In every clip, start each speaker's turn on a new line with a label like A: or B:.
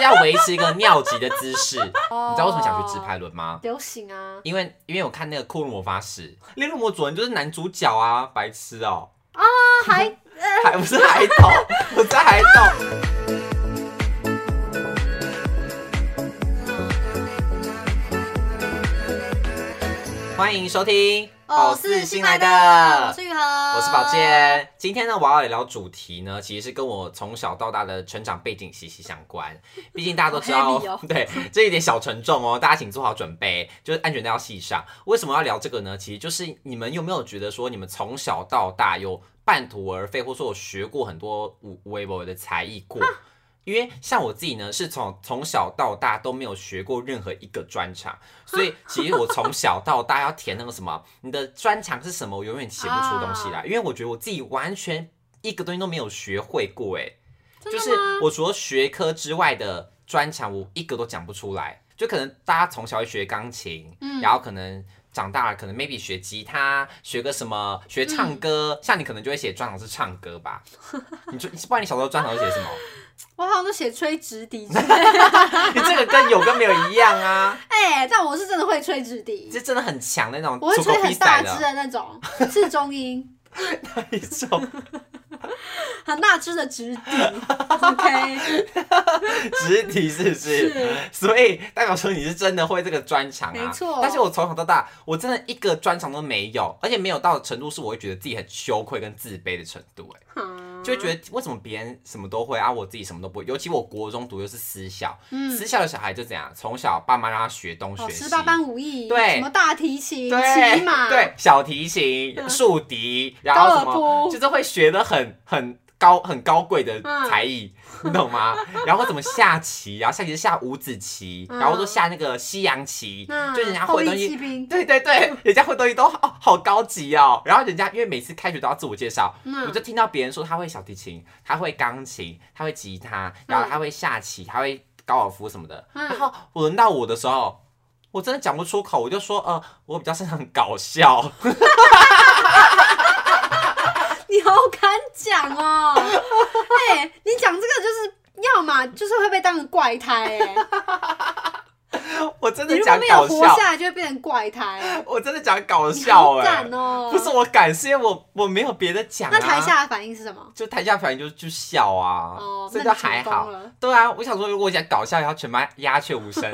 A: 要维持一个尿急的姿势。你
B: 你
A: 知道为什么想去直排轮吗？
B: 流行哦啊
A: 因为因为我看那个《库洛魔法使》，猎鹿魔主人就是男主角啊，白痴哦、
B: 啊，还
A: 还不是海斗， 不是海斗。欢迎收听，
B: 哦我是雨禾，
A: 我
B: 我
A: 哦是宝。健。今天呢，我要聊主题呢，其实是跟我从小到大的成长背景息息相关。毕竟大家都知道
B: 好 heavy 哦，
A: 对，这一点小沉重哦，大家请做好准备，就是安全带要系上。为什么要聊这个呢？其实就是你们有没有觉得说，你们从小到大有半途而废，或者说有学过很多无微博的才艺过？因为像我自己呢，是从从小到大都没有学过任何一个专长，所以其实我从小到大要填那个什么，你的专长是什么，我永远写不出东西来，因为我觉得我自己完全一个东西都没有学会过，哎，就是我除了学科之外的专长，我一个都讲不出来。就可能大家从小会学钢琴，
B: 嗯
A: 然后可能长大了，可能 maybe 学吉他，学个什么，学唱歌，像你可能就会写专长是唱歌吧，你就不知道你小时候专长是写什么。
B: 我好像都写吹直笛之类的，
A: 你这个跟有跟没有一样 啊，
B: 哎、但我是真的会吹直笛，
A: 这真的很强的那种，
B: 我会
A: 足够
B: 吹
A: 比
B: 很
A: 赛
B: 大啊支
A: 的
B: 的那种，是中音，
A: 那一种，
B: 很大支的直笛。OK，
A: 直体是不是？
B: 是
A: 所以代表说你是真的会这个专长啊，
B: 没错
A: 但是我从小到大，我真的一个专长都没有，而且没有到程度是我会觉得自己很羞愧跟自卑的程度、
B: 嗯
A: 哎，
B: 好
A: 就会觉得为什么别人什么都会啊，我自己什么都不会。尤其我国中读又是私校，
B: 嗯，
A: 私校的小孩就怎样，从小爸妈让他学东学
B: 哦，
A: 西，
B: 十八般武艺，
A: 对
B: 什么大提琴、
A: 对
B: 骑马，
A: 对，小提琴、竖笛，然后什
B: 嗯高尔
A: 么，
B: 夫
A: 就是会学的很很高很高贵的
B: 嗯
A: 才艺，你懂吗？然后怎么下棋，然后下棋是下五子棋，然后都
B: 嗯
A: 下那个西洋棋，
B: 那
A: 就人家
B: 后
A: 会的
B: 羿
A: 东
B: 骑
A: 西。
B: 兵，
A: 对对对，人家会的东西都好、哦、好高级哦。然后人家因为每次开学都要自我介绍，
B: 嗯
A: 我就听到别人说他会小提琴，他会钢琴，他会吉他，然后他会下棋，他会高尔夫什么的。
B: 嗯
A: 然后我轮到我的时候，我真的讲不出口，我就说呃，我比较擅长搞笑，
B: 你好敢讲 哦！哎、你讲这个就是，要么就是会被当成怪胎、哎，
A: 我真
B: 你
A: 的
B: 如果
A: 讲
B: 没有
A: 搞
B: 活
A: 笑，
B: 下来，就会变成怪胎、哎
A: 我真的讲搞
B: 你
A: 笑
B: 好
A: 哎、
B: 敢哦！
A: 不是我敢，是因为我我没有别的讲、啊。
B: 那台下的反应是什么？
A: 就台下反应就就笑啊，
B: 哦
A: 这
B: 那
A: 就
B: 你成
A: 还好
B: 功了。
A: 对啊，我想说，如果我想搞笑，然后全班鸦雀 无声，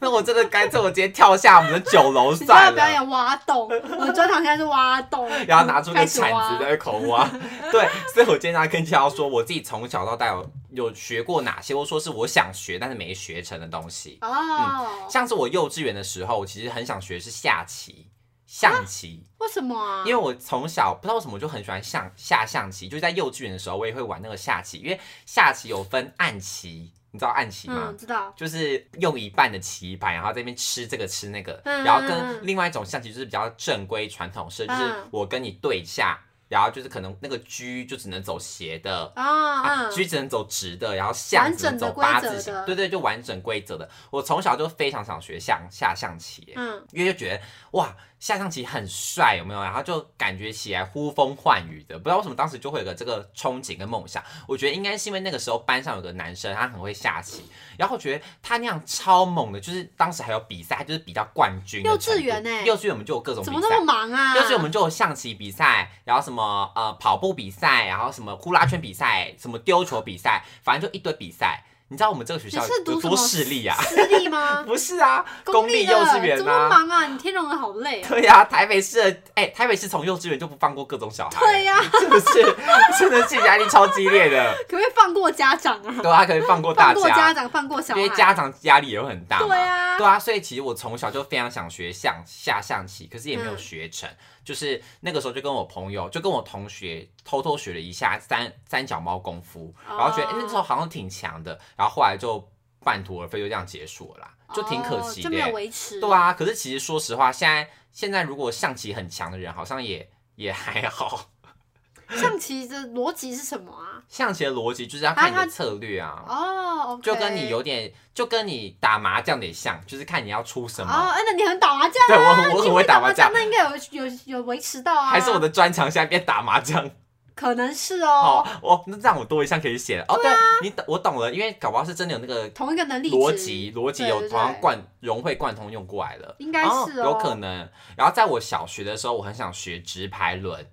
A: 那我真的干脆我直接跳下我们的九楼
B: 你知道
A: 算
B: 表
A: 了。
B: 演挖洞， 我的专场现在是挖洞，
A: 然后拿出个
B: 开始
A: 铲
B: 挖
A: 子在那口挖， 对，所以我今天要跟大家说，我自己从小到大有有学过哪些，或者说是我想学但是没学成的东西。
B: 哦、
A: 像是我幼稚园的时候，我其实很想学是下棋、象棋，
B: 为什么啊？
A: 因为我从小不知道为什么我就很喜欢象下象棋，就是在幼稚园的时候我也会玩那个下棋，因为下棋有分暗棋，你知道暗棋吗？
B: 嗯，知道，
A: 就是用一半的棋盘，然后在那边吃这个吃那个，
B: 嗯
A: 然后跟另外一种象棋就是比较正规传统式，就是
B: 嗯
A: 我跟你对下，然后就是可能那个车就只能走斜的，
B: 啊、
A: 啊，
B: 嗯，
A: 车只能走直的，然后象
B: 完
A: 只能
B: 整的
A: 走八
B: 规则
A: 字形
B: 的，
A: 对对，就完整规则的。我从小就非常想学象下象棋耶，
B: 嗯，
A: 因为就觉得哇，下象棋很帅，有没有？然后就感觉起来呼风唤雨的，不知道为什么当时就会有个这个憧憬跟梦想。我觉得应该是因为那个时候班上有个男生，他很会下棋，然后我觉得他那样超猛的，就是当时还有比赛，他就是比到冠军的
B: 幼
A: 程
B: 稚
A: 度。
B: 园欸
A: 幼稚园我们就有各种比
B: 怎么那
A: 赛
B: 么。忙啊？
A: 幼稚园我们就有象棋比赛，然后什么呃跑步比赛，然后什么呼啦圈比赛，什么丢球比赛，反正就一堆比赛。你知道我们这个学校
B: 你是读
A: 有
B: 什
A: 多
B: 么
A: 势利啊？
B: 私立 吗？
A: 不是啊，公立
B: 立
A: 幼
B: 的
A: 稚园
B: 怎么那么
A: 啊。
B: 忙啊？你天龙人好累 啊！
A: 对呀、啊，台北市的哎、台北市从幼稚园就不放过各种小孩，
B: 对呀、
A: 是不是？ 真的竞争压力超激烈的，
B: 可不可以 放过家长啊？
A: 对啊，可以放过大
B: 放过家
A: 家，
B: 长，放过小
A: 因为
B: 孩。
A: 家长压力也会很大嘛。
B: 对啊
A: 对啊，所以其实我从小就非常想学象下象棋，可是也没有学成。
B: 嗯
A: 就是那个时候就跟我朋友，就跟我同学偷偷学了一下三三脚猫功夫，然后觉得、
B: 哦
A: 诶那时候好像挺强的，然后后来就半途而废，就这样结束了啦，就挺可惜的、
B: 哦就没有维持。
A: 对啊，可是其实说实话，现在现在如果象棋很强的人，好像也也还好。
B: 象棋的逻辑是什么啊？
A: 象棋的逻辑就是要看你
B: 啊
A: 的
B: 他
A: 策略啊。
B: 哦，OK，
A: 就跟你有点，就跟你打麻将得像，就是看你要出什么。
B: 哦，哎，那你很打麻将啊？
A: 对我很我很
B: 你
A: 会打麻
B: 麻
A: 将
B: 那应该有有有维持到啊。
A: 还是我的专长现在变打麻将，
B: 可能是
A: 哦
B: 哦，，啊
A: 哦，那让我多一项可以写了。哦，对，你懂，我懂了，因为搞不好是真的有那个
B: 同一个能力值
A: 逻辑，逻辑
B: 对
A: 有
B: 对
A: 同样
B: 对
A: 贯融会贯通用过来了，
B: 应该是哦
A: 有可能。然后在我小学的时候，我很想学直排轮，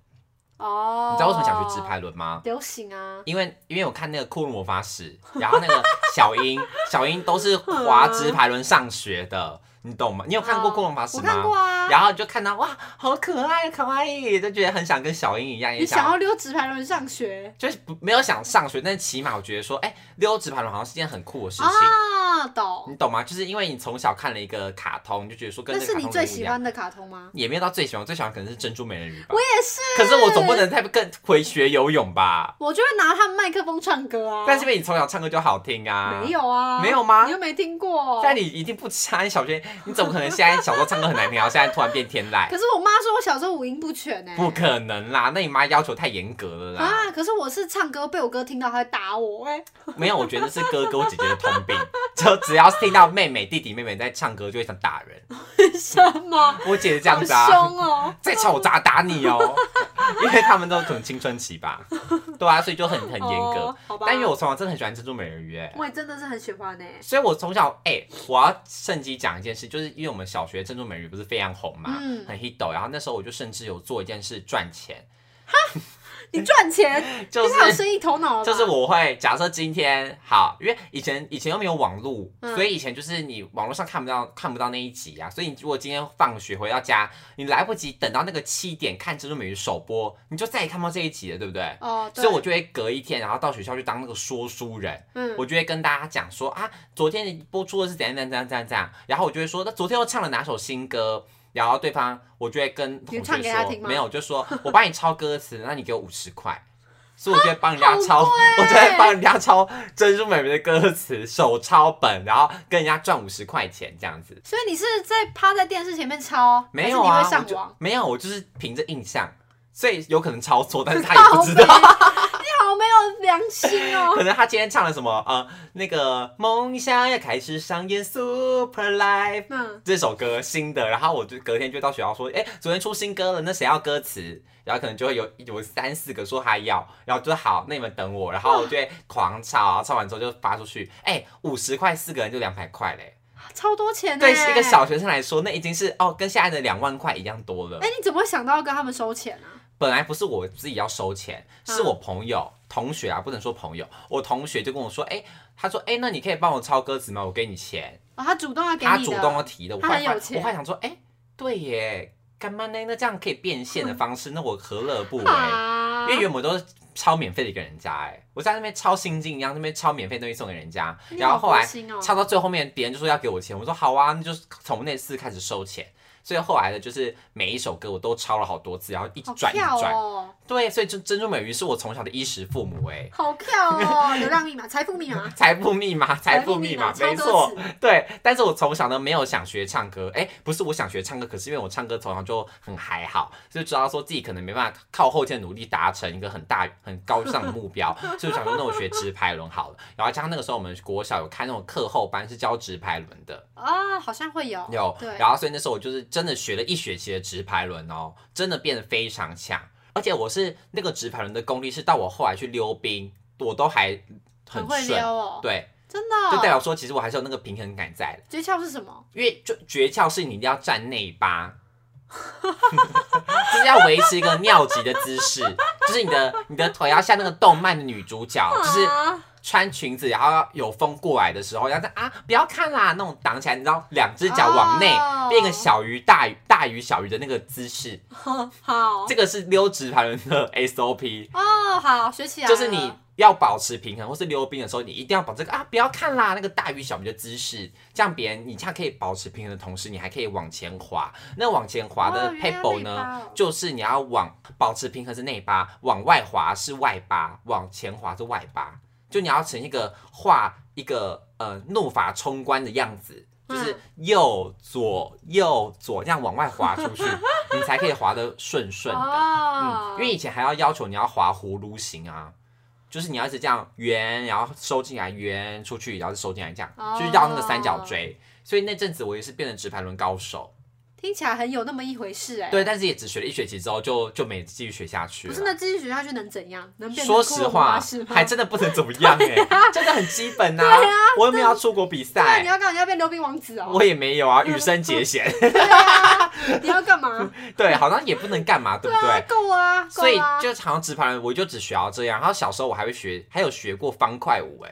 B: 哦。
A: 你知道为什么想学直排？轮吗？
B: 流行啊，
A: 因为因为我看那个《库洛魔法使》， 然后那个小 樱，小樱都是滑直排轮上学的，你懂吗？你有看过《库洛魔法使
B: 我》看
A: 吗？
B: 过啊。
A: 然后你就看到哇，好可爱，可爱，就觉得很想跟小樱一样，也
B: 你想要溜直排轮上学
A: 就是不没有想上学，但是起码我觉得说，哎、溜直排轮好像是件很酷的事情，
B: 啊？懂？
A: 你懂吗？就是因为你从小看了一个卡通，你就觉得说跟
B: 那
A: 这个
B: 是
A: 卡
B: 你
A: 通
B: 最
A: 人物一
B: 喜
A: 样。
B: 欢的卡通吗？
A: 也没有到最喜欢，我最喜欢可能是珍珠美人鱼吧
B: 我。也是，
A: 可是我总不能再更回学游泳吧？
B: 我就会拿他们麦克风唱歌啊。
A: 但是因为你从小唱歌就好听啊。
B: 没。有啊，
A: 没有吗
B: 你又没听过。
A: 但你一定不差，你小学你怎么可能现在小时候唱歌很难听，然后现在突然变天籁？
B: 可是我妈说我小时候五音不全呢、
A: 不可能啦！那你妈要求太严格了啦。
B: 啊！可是我是唱歌被我哥听到，他会打我哎、
A: 没有，我觉得是哥哥姐姐的通病，就 只要是听到妹妹、弟弟、妹妹在唱歌，就会想打人。
B: 为 什么？
A: 我姐是这样子
B: 好
A: 啊，
B: 凶哦！
A: 再吵我咋打你 哦，因为他们都可能青春期吧，对啊，所以就很很严格
B: 哦。好吧
A: 但因为我从小真的很喜欢珍珠美人鱼，哎，
B: 我也真的是很喜欢呢、欸
A: 所以我从小哎、我要趁机讲一件事，就是因为我们小学珍珠美人鱼不是非常红嘛，
B: 嗯
A: 很 hit 哦，然后那时候我就甚至有做一件事赚钱，
B: 你赚钱，
A: 就
B: 你太有
A: 是。
B: 生意头脑了吧？
A: 就是我会假设今天好，因为以前以前又没有网络，
B: 嗯
A: 所以以前就是你网络上看不到看不到那一集啊，所以你如果今天放学回到家，你来不及等到那个七点看珍珠美人鱼首播，你就再也看不到这一集了，对不对？
B: 哦，对
A: 所以我就会隔一天，然后到学校去当那个说书人，
B: 嗯
A: 我就会跟大家讲说啊，昨天播出的是怎样怎样怎样怎样怎样，然后我就会说，那昨天又唱了哪首新歌，然后对方我就会跟同
B: 唱
A: 学
B: 给他
A: 说
B: 听，吗
A: 没有，我就说我帮你抄歌词，那你给我五十块。所以我就会帮人家
B: 啊好
A: 抄，我就
B: 贵
A: 会帮人家抄珍珠美人的歌词，手抄本，然后跟人家赚五十块钱这样子。
B: 所以你是在趴在电视前面抄，
A: 没有啊，
B: 还是
A: 我
B: 你会
A: 就
B: 上网？
A: 没有，我就是凭着印象，所以有可能抄错，但是他也不知道。
B: 靠北 你好没有良心 哦！
A: 可能他今天唱了什么呃，那个梦想要开始上演 Super Life
B: 嗯，
A: 这首歌新的，然后我就隔天就到学校说，哎、昨天出新歌了，那谁要歌词？然后可能就会有有三四个说他要，然后就说好，那你们等我，然后我就会狂抄，然后抄完之后就发出去，哎、五十块四个人就两百块嘞，
B: 超多钱呢、欸
A: 对一个小学生来说，那已经是哦跟现在的两万块一样多了
B: 哎、。你怎么会想到要跟他们收钱啊？
A: 本来不是我自己要收钱，
B: 嗯
A: 是我朋友、同学啊，不能说朋友，我同学就跟我说，哎、他说，哎、那你可以帮我抄歌词吗？我给你钱。
B: 哦，他主动要给
A: 他
B: 你的，
A: 主动要提的，我
B: 他
A: 后来
B: 很有
A: 发我
B: 钱
A: 后来想说，哎、对耶，干嘛呢？那这样可以变现的方式，那我何乐不为？
B: 啊
A: 因为原本都是抄免费的给人家，哎，我在那边抄心经一样，那边抄免费东西送给人家，
B: 你
A: 然后
B: 好
A: 后来
B: 佛心哦
A: 唱到最后面，别人就说要给我钱，我说好啊，那就是从那次开始收钱。所以后来的就是每一首歌我都抄了好多次，然后一直
B: 好
A: 转一
B: 跳
A: 直转。
B: 哦，
A: 对，所以珍珍珠美人鱼是我从小的衣食父母哎，
B: 好跳哦，流量密码、财富密码、
A: 财富密码， 财富密码，
B: 超
A: 没
B: 歌
A: 错
B: 词，，
A: 对。但是我从小呢没有想学唱歌，哎，不是我想学唱歌，可是因为我唱歌从小就很还好，就知道说自己可能没办法靠后天的努力达成一个很大很高尚的目 标，所以我想说那我学直排轮好了。然后加上那个时候我们国小有开那种课后班是教直排轮的，
B: 啊，好像会有
A: 有
B: 对，
A: 然后所以那时候我就是真的学了一学期的直排轮哦，真的变得非常强，而且我是那个直排轮的功力是到我后来去溜冰，我都还很
B: 会
A: 顺，
B: 撩哦，
A: 对，
B: 真的
A: 就代
B: 哦、
A: 表说其实我还是有那个平衡感在的，
B: 诀窍是什么？
A: 因为就诀窍是你一定要站内八。 就是要维持一个尿急的姿势， 就是你的你的腿要像那个动漫的女主角，就是
B: 啊
A: 穿裙子，然后有风过来的时候，然后在啊，不要看啦，那种挡起来，你知道，两只脚往内
B: 哦
A: 变一个小鱼大鱼大鱼小鱼的那个姿势，
B: 好
A: 这个是溜直排轮的 SOP，
B: 哦，好学起来了，
A: 就是你要保持平衡，或是溜冰的时候，你一定要把这个啊，不要看啦，那个大鱼小鱼的姿势，这样别人你这样可以保持平衡的同时，你还可以往前滑。那往前滑的
B: 哦原来要
A: pebble
B: 内
A: 呢
B: 八哦，
A: 就是你要往保持平衡是内八，往外滑是外八，往前滑是外八，就你要成一个画一个呃怒发冲冠的样子。就是
B: 嗯
A: 右左右左这样往外滑出去，你才可以滑得顺顺的。嗯
B: 哦，，
A: 因为以前还要要求你要滑葫芦形啊，就是你要一直这样圆，然后收进来圆出
B: 哦
A: 去，然后收进来这样，就是绕那个三角锥。所以那阵子我也是变成直排轮高手，
B: 听起来很有那么一回事哎、
A: 对，但是也只学了一学期之后就就没继续学下去
B: 不
A: 了
B: 是。那继续学下去能怎样？能哦变成
A: 说实话
B: 是，吗？
A: 还真的不能怎么 样哎、真的很基本呐、
B: 对
A: 我又没有要出国比
B: 对啊，
A: 赛
B: 你，要干嘛？你要变溜冰王子哦、
A: 我也没 有啊，羽生结弦。
B: 对啊， 你要干嘛？
A: 对，好像也不能干 嘛，对不
B: 啊
A: 对？
B: 够啊，够
A: 所以
B: 啊
A: 就常常直排轮，我就只学到这样。然后小时候我还会学，还有学过方块舞、哎，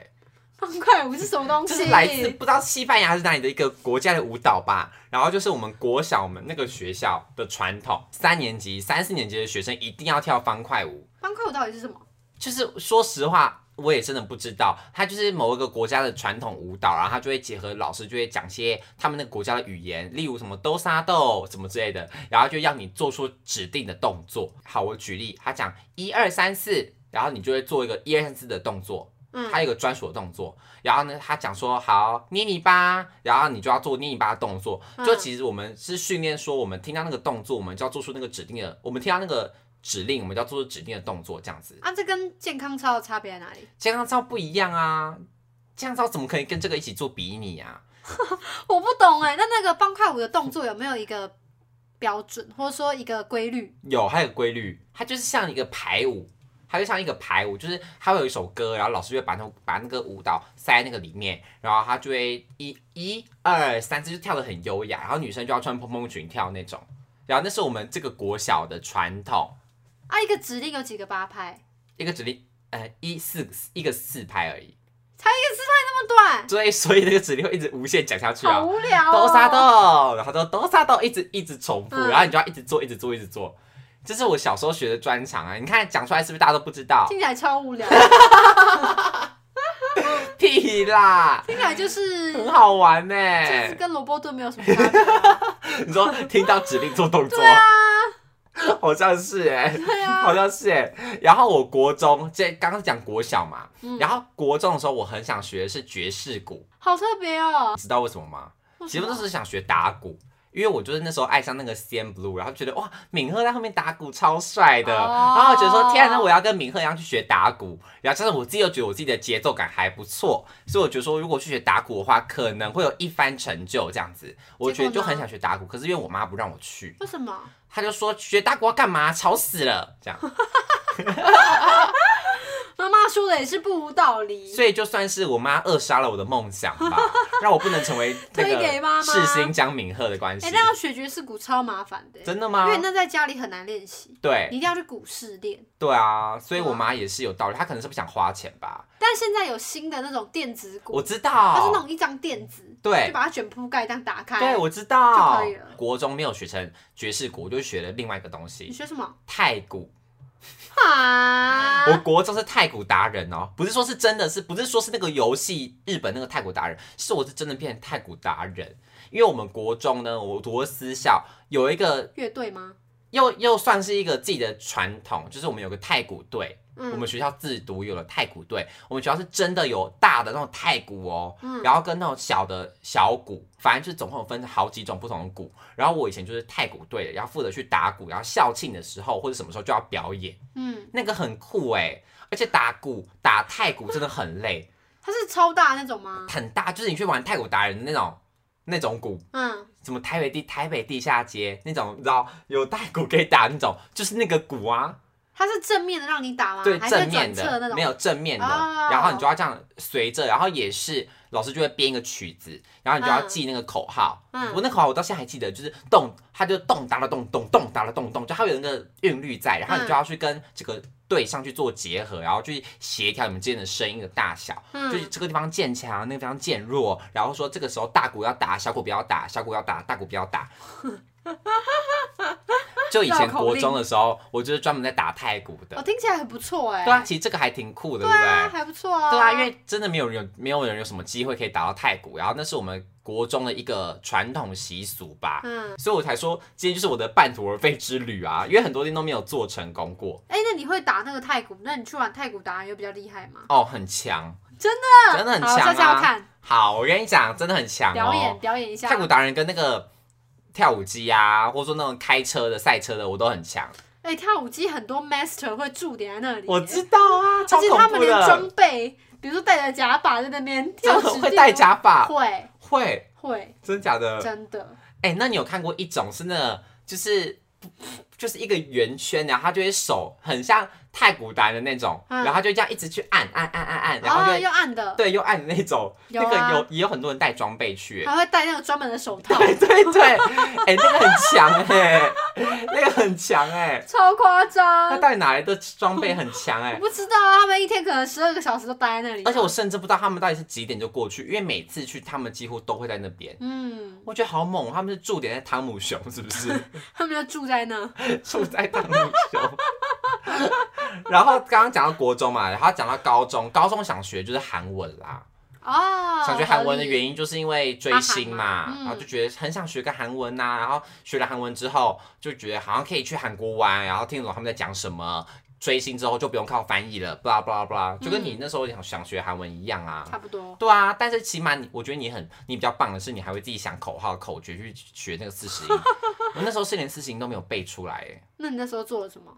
B: 方块舞是什么东西？
A: 就是来自不知道西班牙还是哪里的一个国家的舞蹈吧。然后就是我们国小我们那个学校的传统，三年级、三四年级的学生一定要跳方块舞。
B: 方块舞到底是什么？
A: 就是说实话。我也真的不知道，它就是某一个国家的传统舞蹈，然后它就会结合老师就会讲些他们那个国家的语言，例如什么兜沙豆什么之类的，然后就要你做出指定的动作。好，我举例，他讲一二三四，然后你就会做一个一二三四的动作，
B: 嗯
A: 它有一个专属的动作。然后呢，他讲说好捏泥巴，然后你就要做捏泥巴的动作。
B: 嗯
A: 就其实我们是训练说，我们听到那个动作，我们就要做出那个指定的，我们听到那个指令，我们就要做出指定的动作，这样子。
B: 啊，这跟健康操的差别在哪里？
A: 健康操不一样啊，健康操怎么可以跟这个一起做比拟啊？
B: 我不懂
A: 欸
B: 哎、那那个方块舞的动作有没有一个标准，或者说一个规律？
A: 有，还有规律，它就是像一个排舞，它就像一个排舞，就是它会有一首歌，然后老师就会把那把那个舞蹈塞在那个里面，然后它就会一一二三四就跳得很优雅，然后女生就要穿蓬蓬裙跳那种，然后那是我们这个国小的传统，
B: 啊，一个指令有几个八拍？
A: 一个指令，呃，一四一个四拍而已，
B: 那么短，
A: 所以所以那个指令会一直无限讲下去啊
B: 好。无聊、哦。
A: 啊都沙豆，然后都都沙豆，一直一直重复，
B: 嗯
A: 然后你就要一直做，一直做，一直做。这是我小时候学的专长啊！你看讲出来是不是大家都不知道？
B: 听起来超无 聊，
A: 屁啦，
B: 听起来就是
A: 很好哎玩呢、
B: 就是跟萝卜炖没有什么差别啊、
A: 你说听到指令做动作， 好像是哎、
B: 对啊，
A: 好像是哎、然后我国中，这刚刚讲国小嘛，
B: 嗯
A: 然后国中的时候，我很想学的是爵士鼓，
B: 好特别哦
A: 你。知道为什么吗？
B: 为
A: 其
B: 什
A: 实
B: 么
A: 那时候想学打鼓，因为我就是那时候爱上那个 CM Blue，然后觉得哇，敏赫在后面打鼓超帅的，
B: 哦
A: 然后我觉得说天啊，那我要跟敏赫一样去学打鼓，然后但是我自己又觉得我自己的节奏感还不错，所以我觉得说如果去学打鼓的话，可能会有一番成就这样子，我觉得就很想学打鼓，可是因为我妈不让我去，
B: 为什么？
A: 她就说学打鼓要干嘛，吵死了 这样，
B: 妈妈说的也是不无道理。
A: 所以就算是我妈扼杀了我的梦想吧，让我不能成为那
B: 推给妈妈
A: 个世新江敏赫的关系
B: 哎、，那要学爵士鼓超麻烦的、欸
A: 真的吗哎
B: 因？为那在家里很难练习，
A: 对
B: 你，一定要去股市练。
A: 对啊，所以我
B: 哇
A: 妈也是有道理，她可能是不想花钱吧。
B: 但现在有新的那种电子鼓
A: 我，知
B: 它是那
A: 道，
B: 种一张垫子，就
A: 对
B: 把它卷铺盖这样打开。
A: 对，我知道
B: 就可以了。嗯
A: 国中没有学成爵士鼓，我就学了另外一个东
B: 你
A: 西
B: 学什么？
A: ——太鼓。
B: 啊
A: 我国中是太鼓达人哦，不是说是真的是，不是说是那个游戏日本那个太鼓达人，是我是真的变成太鼓达人。因为我们国中呢，我读的私校有一个
B: 乐队吗？
A: 又又算是一个自己的传统，就是我们有个太鼓队，
B: 嗯
A: 我们学校自独有了太鼓队，我们学校是真的有大的那种太鼓哦，
B: 嗯
A: 然后跟那种小的小鼓，反正就是总共有分好几种不同的鼓。然后我以前就是太鼓队的，然后负责去打鼓，然后校庆的时候或者什么时候就要表演，
B: 嗯，
A: 那个很酷哎、而且打鼓打太鼓真的很累，
B: 它是超大那种吗？
A: 很大，就是你去玩太鼓达人的那种那种鼓，
B: 嗯，
A: 什么台北地台北地下街那种，你知道有带鼓可以打那种，就是那个鼓啊，
B: 它是正面的让你打吗？
A: 对，
B: 啊还是
A: 正面
B: 转侧那
A: 的
B: 种？
A: 没有正面的，
B: 哦
A: 然后你就要这样随着，然后也是老师就会编一个曲子，然后你就要
B: 嗯
A: 记那个口号。
B: 嗯
A: 我那口号我到现在还记得，就是动，它就动哒啦动动动哒啦动动，就它会有那个韵律在，然后你就要去跟这个对上去做结合，然后去协调你们之间的声音的大小。就是
B: 嗯，
A: 这个地方渐强，那个地方渐弱，然后说这个时候大鼓要打，小鼓不要打，小鼓要打，大鼓不要打。 就以前国中的时候，我就是专门在打太鼓
B: 我
A: 的。
B: 听起来很不错哎、
A: 对啊，其实这个还挺酷的，
B: 哦对
A: 对不
B: 啊，
A: 对？
B: 还不错啊。
A: 对啊，因为真的没有人有没有人有什么机会可以打到太鼓，然后那是我们国中的一个传统习俗吧。
B: 嗯，
A: 所以我才说，今天就是我的半途而废之旅啊，因为很多天都没有做成功过。
B: 哎、那你会打那个太鼓？那你去玩太鼓打人有比较厉害吗？
A: 哦，很强，
B: 真
A: 的，真的很
B: 好，
A: 强
B: 下次要
A: 啊！
B: 看
A: 好，我跟你讲，真的很强哦。
B: 表演表演一下
A: 太。鼓达人跟那个跳舞机啊，或者说那种开车的、赛车的，我都很强。
B: 哎、跳舞机很多 master 会驻点在那里耶，
A: 我知道啊，超
B: 而且
A: 恐
B: 他们
A: 怖
B: 连
A: 的
B: 装。备，比如说戴着假发在那边
A: 真
B: 跳
A: 的
B: 指
A: 会
B: 定
A: 戴假发，
B: 会
A: 会
B: 会
A: 真假的？
B: 真的，
A: 哎、哎、那你有看过一种是那个就是就是一个圆圈，然后它就会手很像太古达人那种，
B: 嗯
A: 然后它就这样一直去按按按按呃按，然后就
B: 哦，
A: 会、
B: 又暗的，
A: 对又按的那种，
B: 有
A: 那
B: 啊
A: 个有也有很多人带装备去、欸
B: 还会戴那个专门的手套，
A: 对对对，哎、那个很强哎、那个很强哎、
B: 超夸
A: 他
B: 张。
A: 到底哪来的装备很强哎、
B: 我不知道啊，他们一天可能十二个小时都待在那里。
A: 而且我，甚至不知道他们到底是几点就过去，因为每次去他们几乎都会在那边。
B: 嗯，
A: 我觉得好猛，哦他们是驻点在汤姆熊是不是？
B: 他们就住在那，
A: 住在汤姆熊。 然后刚刚讲到国中嘛，然后讲到高中，高中想学就是韩文啦，
B: 哦，
A: 想学韩文的
B: 因，
A: 原因就是因为追星
B: 啊
A: 嘛，
B: 韩文嗯
A: 然后就觉得很想学个韩文呐、然后学了韩文之后，就觉得好像可以去韩国玩，然后听得懂他们在讲什么。追星之后就不用靠翻译了，blah blah blah，就跟
B: 嗯
A: 你那时候想想学韩文一样啊。
B: 差不多。
A: 对啊，但是起码你，我觉得你很，你比较棒的是，你还会自己想口号、口诀去学那个四十音。我那时候是连四十音都没有背出来，哎，
B: 那你那时候做了什么？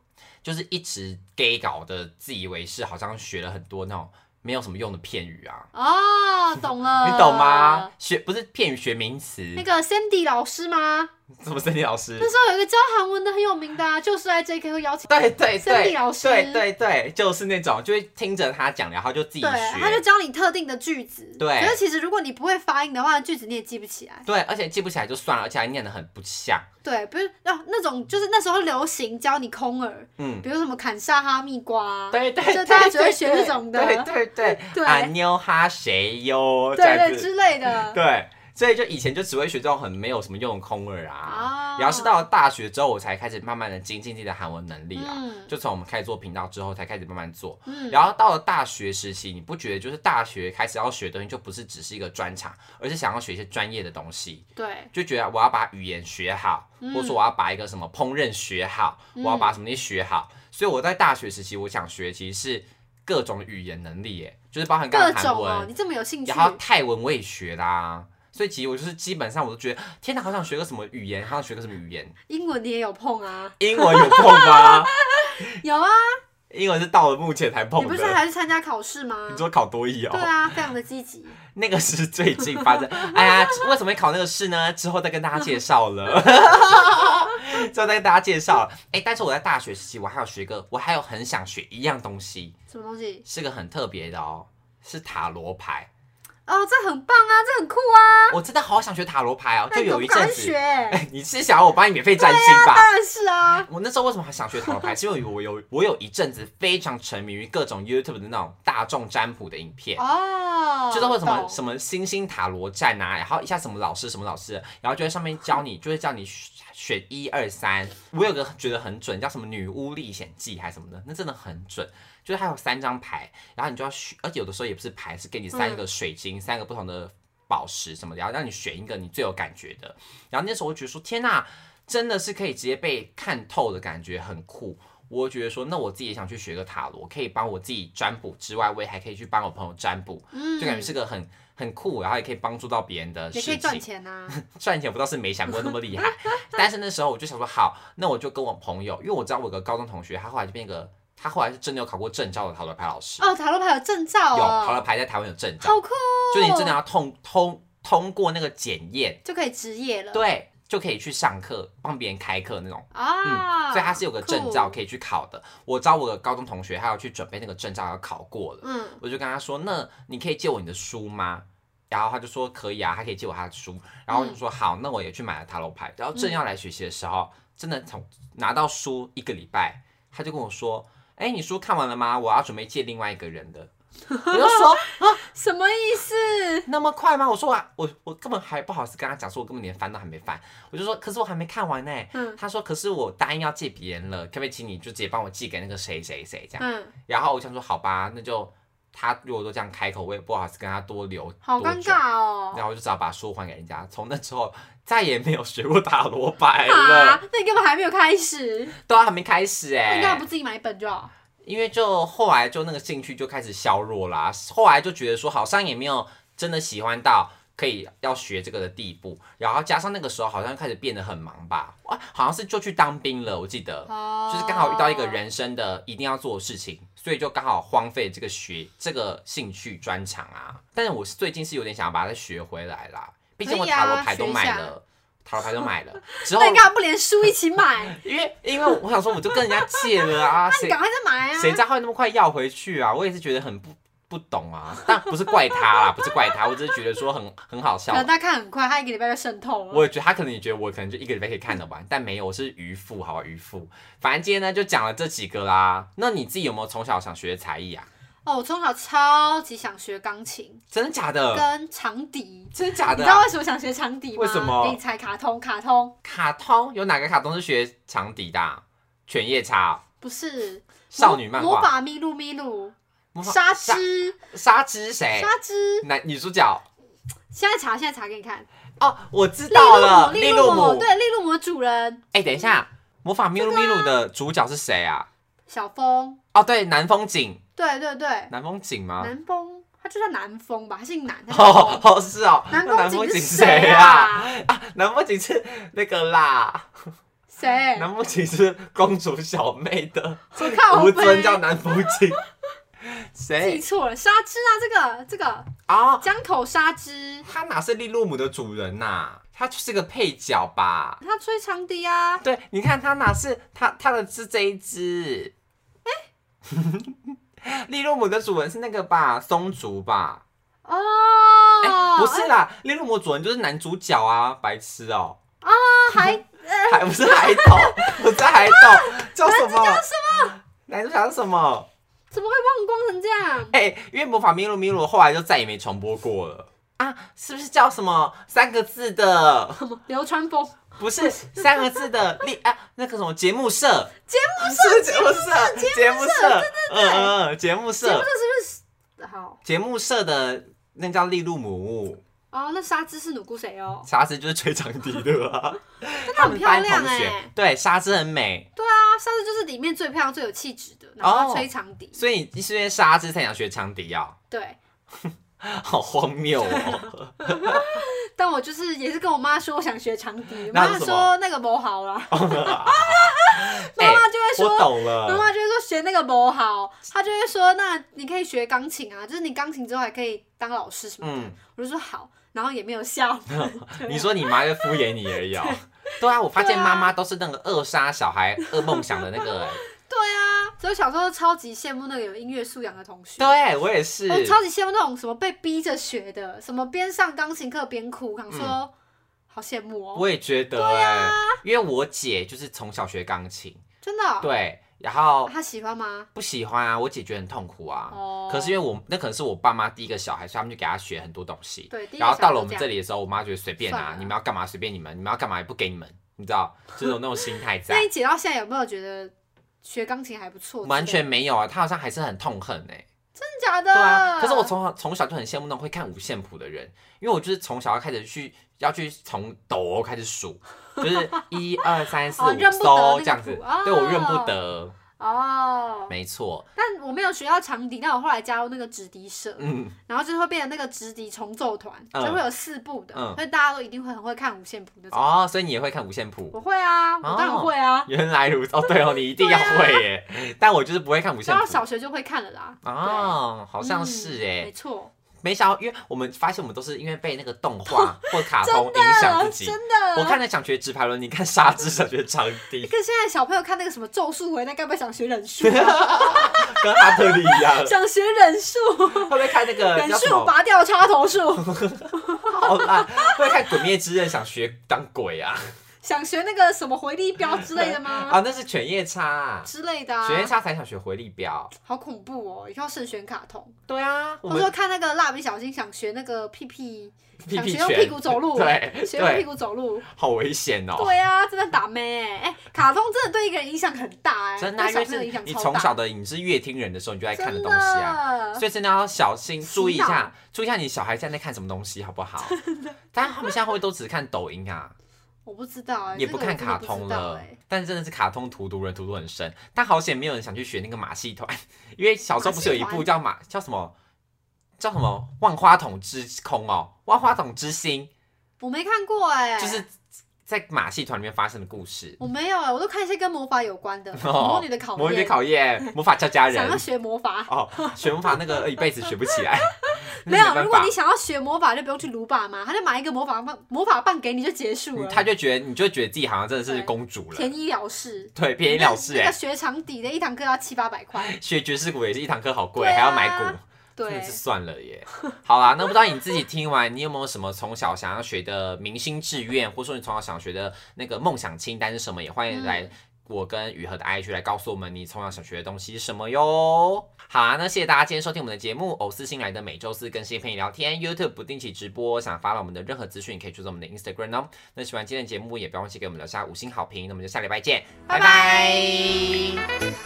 A: 就是一直 gay 搞的自以为是，好像学了很多那种没有什么用的片语啊，
B: 哦，懂了，
A: 你懂吗？？学不是片语学名词，
B: 那个 Sandy 老师吗？
A: 什么森林老师？
B: 那时候有一个教韩文的很有名的、啊，就是在 JK 会邀请，
A: 对对
B: 森林
A: 对，
B: 老师
A: 对对对，就是那种，就会听着他讲，然后就自己
B: 对，他就
A: 学。
B: 教你特定的句子。
A: 对
B: 可是其实如果你不会发音的话，句子你也记不起来。
A: 对，而且记不起来就算了，而且还念得很不像。
B: 对，不是那那种，就是那时候流行教你空耳，
A: 嗯，
B: 比如什么砍沙哈密瓜。
A: 对对，
B: 就
A: 对
B: 大家只会
A: 对
B: 学这种的
A: 对对对，
B: 对
A: 啊妞哈谁哟，这
B: 对
A: 样
B: 对
A: 子，嗯
B: 之类的。
A: 对，所以就以前就只会学这种很没有什么用的空耳啊。
B: 啊
A: 然后是到了大学之后，我才开始慢慢的精进自己的韩文能力啊。
B: 嗯
A: 就从我们开始做频道之后，才开始慢慢做。
B: 嗯，
A: 然后到了大学时期，你不觉得就是大学开始要学的东西，就不是只是一个专长，而是想要学一些专业的东西，
B: 对，
A: 就觉得我要把语言学好，或者说我要把一个什么烹饪学好，
B: 嗯
A: 我要把什么东西学好。所以我在大学时期，我想学其实是各种语言能力，耶，就是包含刚
B: 各
A: 刚韩
B: 种
A: 文、
B: 哦，你这么有兴趣
A: 然，后泰文我也学啦、所以其实我就是基本上我都觉得，天哪，好想学个什么语言，好想学个什么语言。
B: 英文你也有碰啊？
A: 英文有碰吗？
B: 有啊，
A: 英文是到了目前才
B: 你
A: 碰
B: 不是
A: 的。
B: 还去参加考试吗
A: 你？说考多艺
B: 对
A: 哦，
B: 啊，非常的积极。
A: 那个是最近发 生。哎呀，为什么会考那个试呢？之后再跟大家介绍 了，之后再跟大家介绍了。哎、但是我在大学时期，我还有学个，我还有很想学一样东西，
B: 什么东西？
A: 是个很特别的哦，是塔罗牌。
B: 哦，这很棒啊，这很酷啊！
A: 我真的好想学塔罗牌哦，就
B: 那你
A: 有
B: 赶
A: 一
B: 不赶
A: 阵
B: 快
A: 子
B: 学。。
A: 哎、 你是想要我帮你免费占星吧？
B: 当然是啊，
A: 我那时候为什么还想学塔罗牌？是因为我有我有一阵子非常沉迷于各种 YouTube 的那种大众占卜的影片，
B: 哦，
A: 就是会什么
B: 懂
A: 什么星星塔罗站啊，然后一下什么老师什么老师，然后就在上面教你，就会叫你选选一二三。我有个觉得很准，叫什么女巫历险记还是什么的，那真的很准。就是它有三张牌，然后你就要选，而且有的时候也不是牌，是给你三个
B: 嗯
A: 水晶，三个不同的宝石什么的，然后让你选一个你最有感觉的。然后那时候我就觉得说，天呐，真的是可以直接被看透的感觉，很酷。我觉得说，那我自己也想去学个塔罗，可以帮我自己占卜之外，我也还可以去帮我朋友占卜，
B: 嗯
A: 就感觉是个很很酷，然后也可以帮助到别人的事
B: 也可
A: 情。
B: 以赚钱 啊呐、
A: 赚钱我倒是没想过那么 厉害，但是那时候我就想说，好，那我就跟我朋友，因为我知道我有个高中同学，他后来就变一个，他后来是真的有考过证照的塔罗牌老师，
B: 哦，塔罗牌有证照
A: 有塔
B: 哦
A: 罗，牌在台湾有证照，
B: 好酷哦，
A: 就你真的要通通通过那个检验，
B: 就可以职业了。
A: 对，就可以去上课帮别人开课那种。
B: 啊、
A: 嗯，所以他是有个证照
B: 酷，
A: 可以去考的。我找我的高中同学，他要去准备那个证照，要考过了。
B: 嗯，
A: 我就跟他说：“那你可以借我你的书吗？”然后他就说：“可以啊，他可以借我他的书。”然后我就说：“好，那我也去买了塔罗牌。”然后正要来学习的时候，真的从拿到书一个礼拜，他就跟我说：“哎，你书看完了吗？我要准备借另外一个人的。”我就说啊
B: 什么意思？
A: 那么快吗？我说我我我根本还不好意思跟他讲，说我根本连翻都还没翻。我就说，可是我还没看完呢、
B: 嗯
A: 他说，可是我答应要借别人了，可不可以请你就直接帮我寄给那个谁谁谁这样？
B: 嗯，
A: 然后我想说，好吧，那就他如果都这样开口，我也不好意思跟他多留，
B: 好
A: 多
B: 尴
A: 久。
B: 尬哦。
A: 然后我就只好把书还给人家。从那之后，再也没有学过塔罗牌了
B: 啊。，那你根本还没有开始，
A: 对啊，还没开始
B: 那
A: 哎、
B: 你干嘛不自己买一本就好？
A: 因为就后来就那个兴趣就开始削弱啦，后来就觉得说好像也没有真的喜欢到可以要学这个的地步，然后加上那个时候好像开始变得很忙吧，啊，好像是就去当兵了，我记得，
B: 哦
A: 就是刚好遇到一个，人生的一定要做的事情，所以就刚好荒废这个学这个兴趣专长啊。但是我是最近是有点想要把它学回来啦，毕竟我
B: 可以啊
A: 塔罗牌都
B: 学一
A: 买
B: 下
A: 了，塔罗牌都买 了，之后
B: 那你干嘛不连书一 起买？
A: 因为因为我想说我就跟人家借了 啊，
B: 你
A: 谁
B: 赶快再买啊！
A: 谁知道会那么快要回去啊？我也是觉得很不不懂啊，但不是怪他啦，不是怪他，我只是觉得说很很好笑
B: 可。能他看很快，他一个礼拜就渗透了。
A: 我也觉得他可能也觉得我可能就一个礼拜可以看得完，但没有，我是渔夫，好吧，渔夫。反正今天呢就讲了这几个啦。那你自己有没有从小想学的才艺啊？
B: 哦，我从小超级想学钢琴
A: 真的假的？
B: 跟长笛。
A: 真的假
B: 你
A: 的
B: 知道
A: 啊、
B: 为什么想学长笛吗？
A: 为什么
B: 给你猜，卡通，卡通
A: 卡通有哪个卡通是学长笛的啊、犬夜叉哦、
B: 不是
A: 少女漫
B: 魔
A: 画、
B: 法咪路咪路，
A: 魔法
B: 沙之
A: 沙哎之谁？
B: 沙之，
A: 男女主角
B: 现在查，现在查给你看。
A: 哦，我知道了，
B: 利
A: 路
B: 路姆，对，利路姆的主人
A: 哎、等一下，魔法咪路咪路的主角是谁啊？
B: 小风，
A: 哦，对，南风景，
B: 对对对，
A: 南风景吗？
B: 南风，他就叫南风吧，他姓南，他叫
A: 哦
B: 风。
A: 哦是哦，
B: 南
A: 那
B: 风
A: 南风
B: 景
A: 景
B: 是谁
A: 啊？
B: 啊？
A: 啊， 南风景是那个啦，
B: 谁？
A: 南风景是公主小妹的，
B: 我靠，
A: 吴
B: 我
A: 尊
B: 被
A: 叫南哎风 景，
B: 记
A: 谁
B: 错了，沙之啊，这个这个
A: 啊？
B: 江口沙之，
A: 他哪是利洛姆的主人呐、他就是个配角吧？
B: 他吹长笛啊，
A: 对，你看他哪是他他的是这一只，哎、 利洛姆的主人是那个吧？松竹吧？
B: 哦，
A: 哎、不是啦，利洛姆主人就是男主角啊，白痴哦、
B: 那 还
A: 还不是海斗， 不是海斗，叫什么？什么？男主角是什么？
B: 怎么会忘光成这样？
A: 哎、因为魔法咪路咪路后来就再也没重播过了啊！是不是叫什么三个字 的？
B: 什么哦流川枫？
A: 不是三个字 的立啊，那个什么节目社，节目社，节目社，节目社，嗯嗯嗯，节目
B: 节目
A: 社，
B: 这是不是？好
A: 节目社的那叫利路姆，
B: 哦，那沙之是努姑谁哦？
A: 沙之就是吹长笛的 吧？
B: 真的
A: 他
B: 很
A: 们
B: 漂
A: 班
B: 亮
A: 同
B: 哎、
A: 学，对，沙之很美，
B: 对啊，沙之就是里面最漂亮、最有气质的，然
A: 哦
B: 后她吹长笛。
A: 所以你是因为沙之才想学长笛啊？
B: 对，
A: 好荒谬 哦！
B: 但我就是也是跟我妈说我想学长笛，我
A: 那是
B: 妈
A: 什么哦
B: 说那个不好啦， 妈
A: 哎
B: 妈就会
A: 我
B: 说。
A: 懂
B: 妈
A: 了，
B: 妈就会说学那个不好，她就会说那你可以学钢琴啊，就是你钢琴之后还可以当老师什么的。
A: 嗯，
B: 我就说好，然后也没有笑。
A: 你说你妈在敷衍你而已哦。对啊，我发现妈妈都是那个扼杀小孩噩梦想的那个、 哎
B: 对啊，所以我小时候超级羡慕那个有音乐素养的同学。
A: 对我也是，
B: 我哦超级羡慕那种什么被逼着学的，什么边上钢琴课边哭，想说、好羡慕哦，
A: 嗯我也觉得哎、因为我姐就是从小学钢琴，
B: 真的哦、
A: 对，然后
B: 他喜欢吗？
A: 不喜欢啊，我姐觉得很痛苦啊。
B: 哦，
A: 可是因为我那可能是我爸妈第一个小孩，所以他们就给他学很多东西。
B: 对，第一个
A: 然后到了我
B: 小
A: 们
B: 孩都
A: 这
B: 样，
A: 里的时候，我妈觉得随便
B: 算
A: 啊
B: 了，
A: 你们要干嘛随便你们，你们要干嘛也不给你们，你知 道，就是有那种心态在
B: 那。你姐到现在有没有觉得学钢琴还不错？
A: 完全没有啊，他好像还是很痛恨哎、
B: 真的假的？
A: 对啊，可是我从小从小就很羡慕那种会看五线谱的人，因为我就是从小要开始去要去从哆开始数，就是一二三四
B: 哦
A: 五
B: 认不得那
A: 哆
B: 个
A: 这样子
B: 谱哦，
A: 对我认不得，
B: 哦，
A: 没错，
B: 但我没有学到长笛，但我后来加入那个直笛社，
A: 嗯
B: 然后就会变成那个直笛重奏团，
A: 嗯
B: 就会有四部的，
A: 嗯
B: 所以大家都一定会很会看五线谱那种。
A: 哦，所以你也会看五线谱。
B: 我会啊，我当然会啊，
A: 原来如此哦，对哦，你一定要会耶，但我就是不会看五线
B: 当然
A: 谱
B: 啊小嗯学就会看了啦。
A: 哦，好
B: 好
A: 像是哎、
B: 没错，
A: 没想到，因为我们发现我们都是因为被那个动 画或卡通
B: 真
A: 影响
B: 的
A: 自己。
B: 啊真的。
A: 我看了想学直排轮，你看沙之想学长笛，
B: 跟现在小朋友看那个什么《咒术回战》，该不会想学 忍术啊？，
A: 跟哈特利一样
B: 想学忍术，
A: 会不会看那个
B: 忍
A: 叫什
B: 术
A: 么？
B: 拔掉插头术，
A: 好啦，会不会看《鬼灭之刃》想学当鬼啊？
B: 想学那个什么回力镖之类的吗？
A: 啊，那是犬夜叉、啊，
B: 之类的、啊
A: 犬，夜叉才想学回力镖。
B: 好恐怖哦！以后慎选卡通。
A: 对啊，我
B: 我说
A: 们
B: 看那个蜡笔小新，想学那个屁屁，
A: 屁
B: 想
A: 屁
B: 学用屁
A: 拳
B: 股走路，
A: 对
B: 学用屁
A: 对，
B: 股走路。
A: 好危险哦。
B: 对啊，真的打妹哎、哎卡通真的对一个人影响很大哎、
A: 真的啊，
B: 对
A: 因
B: 小
A: 为
B: 朋友
A: 是
B: 影响
A: 你
B: 超
A: 从
B: 大
A: 小。的你是乐听人的时候，你就爱看的
B: 真
A: 东西啊，
B: 的，
A: 所以真的要小心注意一
B: 洗
A: 下
B: 脑，
A: 注意一下你小孩现在在看什么东西，好不 好？但他们现在会不会都只看抖音啊？
B: 我不知道哎、
A: 也
B: 这
A: 不
B: 个我
A: 看
B: 真的
A: 卡
B: 不知
A: 通
B: 道
A: 了，
B: 哎
A: 但真的是卡通荼毒人，荼毒很深。但好险没有人想去学那个马戏团，因为小时候不是有一
B: 马戏
A: 部
B: 团
A: 叫马叫什么叫什么万花筒之空哦，万花筒之星，
B: 我没看过哎、
A: 就是在马戏团里面发生的故事。
B: 我没有啊，我都看一些跟魔法有关的，
A: 哦
B: 魔女的考验，
A: 魔女的考 验，魔法俏佳
B: 想要
A: 人。
B: 学魔 法。
A: 哦，学魔法那个一辈子学不起来， 那
B: 没有，啊
A: 办
B: 如果
A: 法
B: 你想要学魔法，就不用去卢爸妈，他就买一个魔法棒，魔法棒给你就结束
A: 嗯
B: 了，
A: 他就觉得你就觉得自己好像真的是
B: 对
A: 公主了，
B: 便宜了事。
A: 对，便宜了事
B: 那
A: 哎、
B: 个学长底的一堂课要七八百块，
A: 学爵士鼓也是一堂课好贵，
B: 对啊
A: 还要买鼓，真
B: 对
A: 的是，算了耶。好啦，那不知道你自己听完，你有没有什么从小想要学的明星志愿，或者说你从小想学的那个梦想清单是什么？也欢迎来我跟雨禾的 IG 来告诉我们你从小想学的东西是什么哟。好啊，那谢谢大家今天收听我们的节目《偶四新来的》，每周四跟新朋友聊天，YouTube 不定期直播。想发了我们的任何资讯，可以追踪我们的 Instagram 哦。那喜欢今天的节目，也不要忘记给我们留下五星好评。那我们就下礼拜见，拜
B: 拜
A: 拜
B: 拜